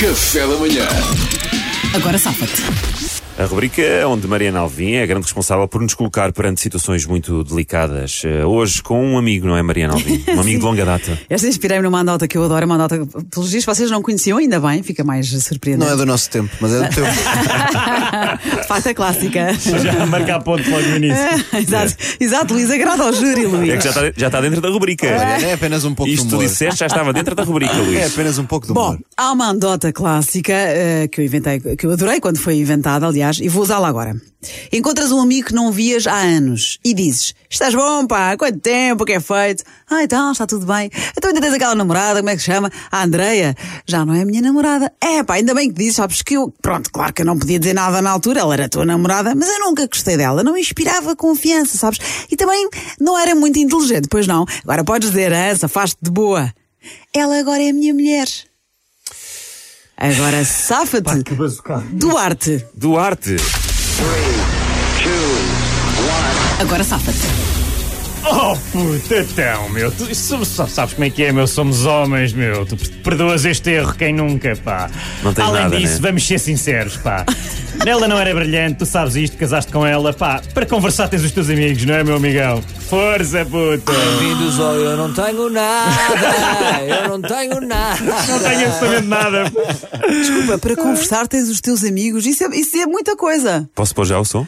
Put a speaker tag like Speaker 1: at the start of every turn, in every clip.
Speaker 1: Café da manhã.
Speaker 2: Agora safa-te.
Speaker 3: A rubrica onde Mariana Alvim é a grande responsável por nos colocar perante situações muito delicadas. Eh, Hoje com um amigo, não é, Mariana Alvim? Um amigo de longa data.
Speaker 2: Esta inspirei-me numa anota que eu adoro, uma anota que, pelos dias vocês não conheciam, ainda bem, fica mais surpreendente.
Speaker 4: Não é do nosso tempo, mas é do teu.
Speaker 2: De facto, é clássica.
Speaker 5: Já a marcar ponto logo no início.
Speaker 2: Exato, exato, Luís, agrada ao júri,
Speaker 3: É que
Speaker 2: Luís.
Speaker 3: já está, já está dentro da rubrica.
Speaker 4: Olha, é apenas um pouco
Speaker 3: Isto
Speaker 4: de
Speaker 3: tu
Speaker 4: humor.
Speaker 3: disseste já estava dentro da rubrica,
Speaker 4: É
Speaker 3: Luís.
Speaker 4: apenas um pouco de
Speaker 2: Bom,
Speaker 4: humor.
Speaker 2: há uma anedota clássica eh, que eu inventei, que eu adorei quando foi inventada, aliás, e vou usá-la agora. Encontras um amigo que não vias há anos e dizes: Estás bom, pá, quanto tempo, o que é feito? Ah, então, está tudo bem. Então ainda tens aquela namorada, como é que se chama? A Andreia. Já não é a minha namorada. É, pá, ainda bem que dizes, sabes que eu. Pronto, claro que eu não podia dizer nada na altura, ela era a tua namorada, mas eu nunca gostei dela, não me inspirava confiança, sabes? E também não era muito inteligente, pois não. Agora podes dizer, ah, safaste de boa. Ela agora é a minha mulher. Agora safa-te, Duarte.
Speaker 3: Duarte.
Speaker 2: Agora safa-te.
Speaker 5: Oh, putatão, meu. Tu isso- só sabes como é que é, meu. Somos homens, meu. Tu perdoas este erro, quem nunca, pá.
Speaker 3: Não tens
Speaker 5: Além
Speaker 3: nada,
Speaker 5: disso,
Speaker 3: né?
Speaker 5: vamos ser sinceros, pá. ela não era brilhante, tu sabes isto, casaste com ela, pá. Para conversar tens os teus amigos, não é, meu amigão? Força, puta.
Speaker 6: Bem-vindos ao Eu Não Tenho Nada! Eu não tenho nada!
Speaker 5: Não tenho absolutamente nada.
Speaker 2: Desculpa, para conversar tens os teus amigos, isso é, isso é muita coisa.
Speaker 3: Posso pôr já o som?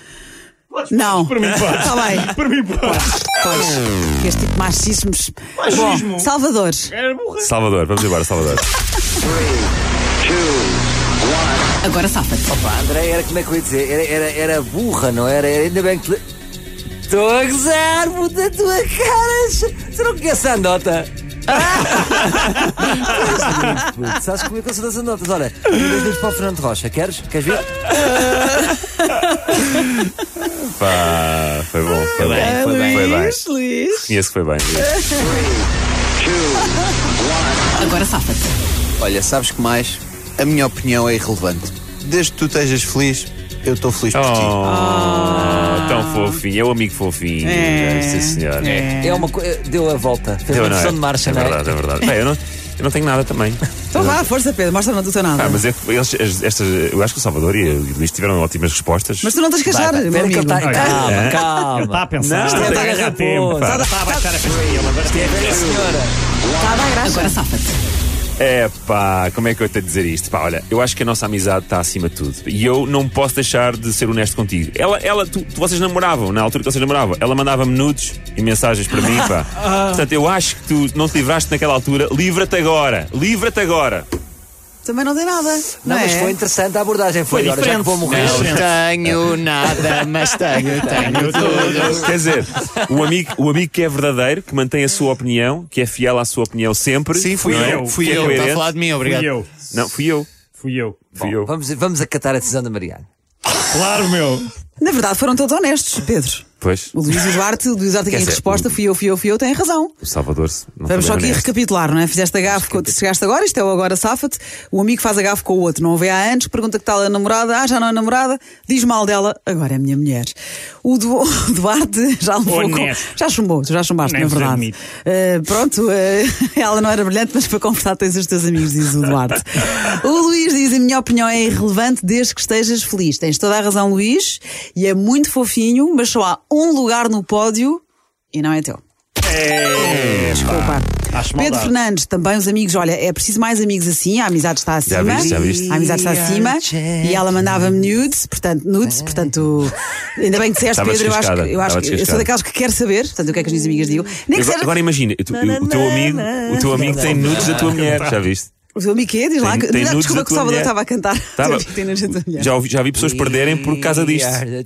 Speaker 2: Não.
Speaker 5: Por mim, pá.
Speaker 2: Está Tá bem.
Speaker 5: Por mim, pá.
Speaker 2: Pois, este tipo de machismos.
Speaker 5: Machismo?
Speaker 2: Bom, Salvador.
Speaker 5: Quero morrer.
Speaker 3: Salvador, vamos embora, Salvador.
Speaker 2: Agora safa-te.
Speaker 6: Pá, André era como é que eu ia dizer? Era, era, era burra, não era? Era- ainda bem que. te- Estou a gozar, puta tua cara! Tu não conheces a anota? Ah! Tu és lindo, puto. Sabes como é que eu sou das anotas? Olha, um, dois livros para o Fernando Rocha, queres? Queres ver?
Speaker 3: Pá, foi bom, foi bem, foi bem. Foi bem.
Speaker 2: Luís.
Speaker 3: Conheço que foi bem.
Speaker 2: Agora safa-te.
Speaker 4: Olha, sabes que mais? A minha opinião é irrelevante. Desde que tu estejas feliz, eu estou feliz por ti.
Speaker 3: Oh, tão fofinho. É o amigo fofinho.
Speaker 2: É.
Speaker 3: Sim, senhor.
Speaker 6: É uma coisa. Deu a volta. Fez
Speaker 3: Eu
Speaker 6: uma
Speaker 3: não,
Speaker 6: opção de marcha,
Speaker 3: é
Speaker 6: não é?
Speaker 3: verdade, é verdade. Bem, eu, não, eu não tenho nada também.
Speaker 2: Então vá, força, Pedro, mostra-me o teu nada.
Speaker 3: Ah, mas é que eles, as- estas, eu acho que o Salvador e o Luís tiveram ótimas respostas.
Speaker 2: Mas tu não tens que achar,
Speaker 6: Vai, vai,
Speaker 2: meu
Speaker 6: espera que
Speaker 2: amigo.
Speaker 6: ele tá- Calma,
Speaker 5: Ele está
Speaker 6: calma.
Speaker 5: É? Tá
Speaker 6: é
Speaker 5: a pensar.
Speaker 3: Não,
Speaker 5: Ele
Speaker 3: tem-
Speaker 5: a agarrar
Speaker 6: tem-
Speaker 5: tempo, pá. Está a baixar a pastila. Agora tem
Speaker 6: Bem, é senhora.
Speaker 2: Tá Agora safa-te.
Speaker 3: É pá, como é que eu tenho de dizer isto? Pá, olha, eu acho que a nossa amizade está acima de tudo. E eu não posso deixar de ser honesto contigo. Ela, ela, tu, tu- vocês namoravam, na altura que vocês namoravam, ela mandava-me nudes e mensagens para mim, pá. Portanto, eu acho que tu não te livraste naquela altura. Livra-te agora, livra-te agora.
Speaker 2: Também não tem nada.
Speaker 6: Não, mas
Speaker 2: é?
Speaker 6: foi interessante a abordagem. Foi,
Speaker 5: Foi
Speaker 6: agora já que
Speaker 5: diferente.
Speaker 6: vou morrer.
Speaker 5: Não,
Speaker 4: Tenho nada, mas tenho, tenho tudo.
Speaker 3: Quer dizer, o amigo, o amigo que é verdadeiro, que mantém a sua opinião, que é fiel à sua opinião sempre.
Speaker 4: Sim, fui
Speaker 3: não é?
Speaker 4: eu, fui
Speaker 6: tá
Speaker 3: Que é
Speaker 4: eu. Está a
Speaker 3: coerente.
Speaker 4: falar de mim,
Speaker 5: Fui
Speaker 4: obrigado.
Speaker 5: eu.
Speaker 3: Não, fui eu.
Speaker 5: Fui eu.
Speaker 3: Fui eu.
Speaker 6: Vamos, vamos acatar a decisão da Mariana.
Speaker 5: Claro, meu.
Speaker 2: Na verdade, foram todos honestos, Pedro.
Speaker 3: Pois,
Speaker 2: O Luís e o Duarte, o Luís Duarte aqui
Speaker 3: Quer
Speaker 2: em
Speaker 3: dizer,
Speaker 2: resposta, fui eu, fui eu, fui eu, tem razão.
Speaker 3: o Salvador. Não
Speaker 2: Vamos só
Speaker 3: foi
Speaker 2: aqui
Speaker 3: bem honesto.
Speaker 2: recapitular, não é? Fizeste a gafe, com- chegaste agora, isto é o agora safa-te. O amigo faz a gafe com o outro, não o vê há anos, pergunta que tal a namorada, ah, já não é namorada, diz mal dela, agora é minha mulher. O, Du- o Duarte já levou com-
Speaker 5: Honesto.
Speaker 2: Já chumbou, tu já chumbaste, na
Speaker 5: Nem vos
Speaker 2: verdade.
Speaker 5: admito.
Speaker 2: Eh, pronto, eh, ela não era brilhante, mas para conversar tens os teus amigos, diz o Duarte. o Luís diz: a minha opinião é irrelevante desde que estejas feliz. Tens toda a razão, Luís, e é muito fofinho, mas só há um lugar no pódio e não é teu. Desculpa.
Speaker 5: Acho
Speaker 2: Pedro
Speaker 5: maldade.
Speaker 2: Fernandes, também os amigos, olha, é preciso mais amigos assim, a amizade está acima.
Speaker 3: viste, já viste.
Speaker 2: A amizade está acima. E ela mandava-me nudes, portanto, nudes,
Speaker 4: É.
Speaker 2: portanto, ainda bem que disseste,
Speaker 3: Estava
Speaker 2: Pedro, eu acho que eu, acho
Speaker 3: descascada,
Speaker 2: que- eu sou
Speaker 3: estava
Speaker 2: daquelas que quero saber, portanto, o que é que as minhas amigas digam. Nem que
Speaker 3: Agora,
Speaker 2: seja.
Speaker 3: agora imagina, tu- o teu amigo, o teu amigo tem nudes da tua mulher, já viste?
Speaker 2: O teu amigo quê? Diz lá.
Speaker 3: Tem-
Speaker 2: que-
Speaker 3: tem
Speaker 2: Não,
Speaker 3: nudes
Speaker 2: desculpa
Speaker 3: da
Speaker 2: que o
Speaker 3: tua
Speaker 2: Salvador
Speaker 3: mulher.
Speaker 2: estava a cantar.
Speaker 3: Tava-
Speaker 2: Tem nudes da mulher.
Speaker 3: Já, ouvi, já vi pessoas perderem por causa disto. Não é? De,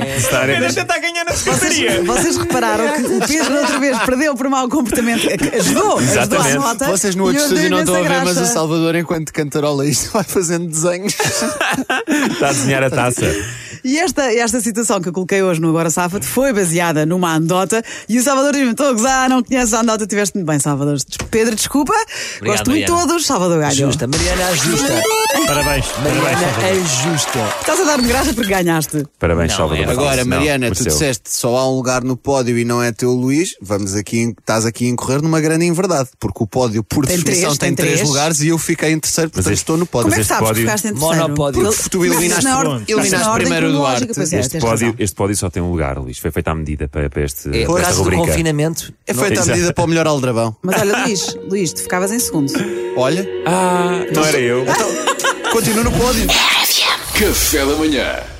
Speaker 3: de estarem.
Speaker 5: Pedro está a ganhar na
Speaker 2: Vocês,
Speaker 5: secretaria.
Speaker 2: vocês repararam que o Pedro outra vez perdeu por mau comportamento. Ajudou, ajudou a
Speaker 3: Exatamente.
Speaker 2: nota.
Speaker 4: Vocês no
Speaker 2: Oh. e
Speaker 4: outro
Speaker 2: eu dei
Speaker 4: estúdio não estão a
Speaker 2: imensa
Speaker 4: ver, mas o
Speaker 2: graça.
Speaker 4: Salvador, enquanto cantarola isto, vai fazendo desenhos.
Speaker 3: Está a desenhar a taça.
Speaker 2: E esta, esta citação que eu coloquei hoje no Agora Safa-te foi baseada numa anedota e o Salvador diz-me: Estou a gozar, não conheces a anedota, tiveste muito bem, Salvador. Des- Pedro, desculpa, gosto muito de
Speaker 6: Mariana.
Speaker 2: todos, Salvador ganhou.
Speaker 6: Justa, Mariana, ajusta.
Speaker 5: Parabéns. Parabéns,
Speaker 6: Mariana
Speaker 3: é
Speaker 6: é
Speaker 5: Salvador.
Speaker 6: ajusta.
Speaker 2: Estás a dar-me graça porque ganhaste.
Speaker 3: Parabéns,
Speaker 6: Não,
Speaker 3: Salvador.
Speaker 6: é-
Speaker 3: Gonçalves.
Speaker 4: Agora,
Speaker 3: Não,
Speaker 4: Mariana, tu
Speaker 3: mereceu.
Speaker 4: disseste só há um lugar no pódio e não é teu Luís. Vamos aqui, estás aqui a incorrer numa grande inverdade, porque o pódio, por
Speaker 2: Tem
Speaker 4: definição,
Speaker 2: três,
Speaker 4: tem,
Speaker 2: tem
Speaker 4: três
Speaker 2: três.
Speaker 4: lugares e eu fiquei em terceiro, portanto
Speaker 3: este-
Speaker 4: estou no pódio.
Speaker 2: Como é
Speaker 3: Mas
Speaker 2: que
Speaker 3: este
Speaker 2: sabes
Speaker 3: pódio-
Speaker 2: que ficaste em terceiro?
Speaker 6: Monopódio.
Speaker 4: Porque tu eliminaste-
Speaker 2: Na ordem-
Speaker 5: eliminaste
Speaker 2: na ordem
Speaker 4: primeiro o
Speaker 2: cronológica,
Speaker 4: Duarte.
Speaker 2: pois é,
Speaker 3: Este
Speaker 2: tens
Speaker 3: pódio,
Speaker 2: razão.
Speaker 3: este pódio só tem um lugar, Luís. Foi feito à medida para, para este,
Speaker 6: É,
Speaker 3: para
Speaker 6: por
Speaker 3: esta
Speaker 6: causa do
Speaker 3: rubrica.
Speaker 6: confinamento.
Speaker 4: É feita a
Speaker 3: Exato.
Speaker 4: medida para o melhor aldrabão.
Speaker 2: Mas olha, Luís, Luís, tu ficavas em segundo.
Speaker 4: Olha,
Speaker 3: Ah, não era eu.
Speaker 4: então, continua no pódio.
Speaker 1: Café da Manhã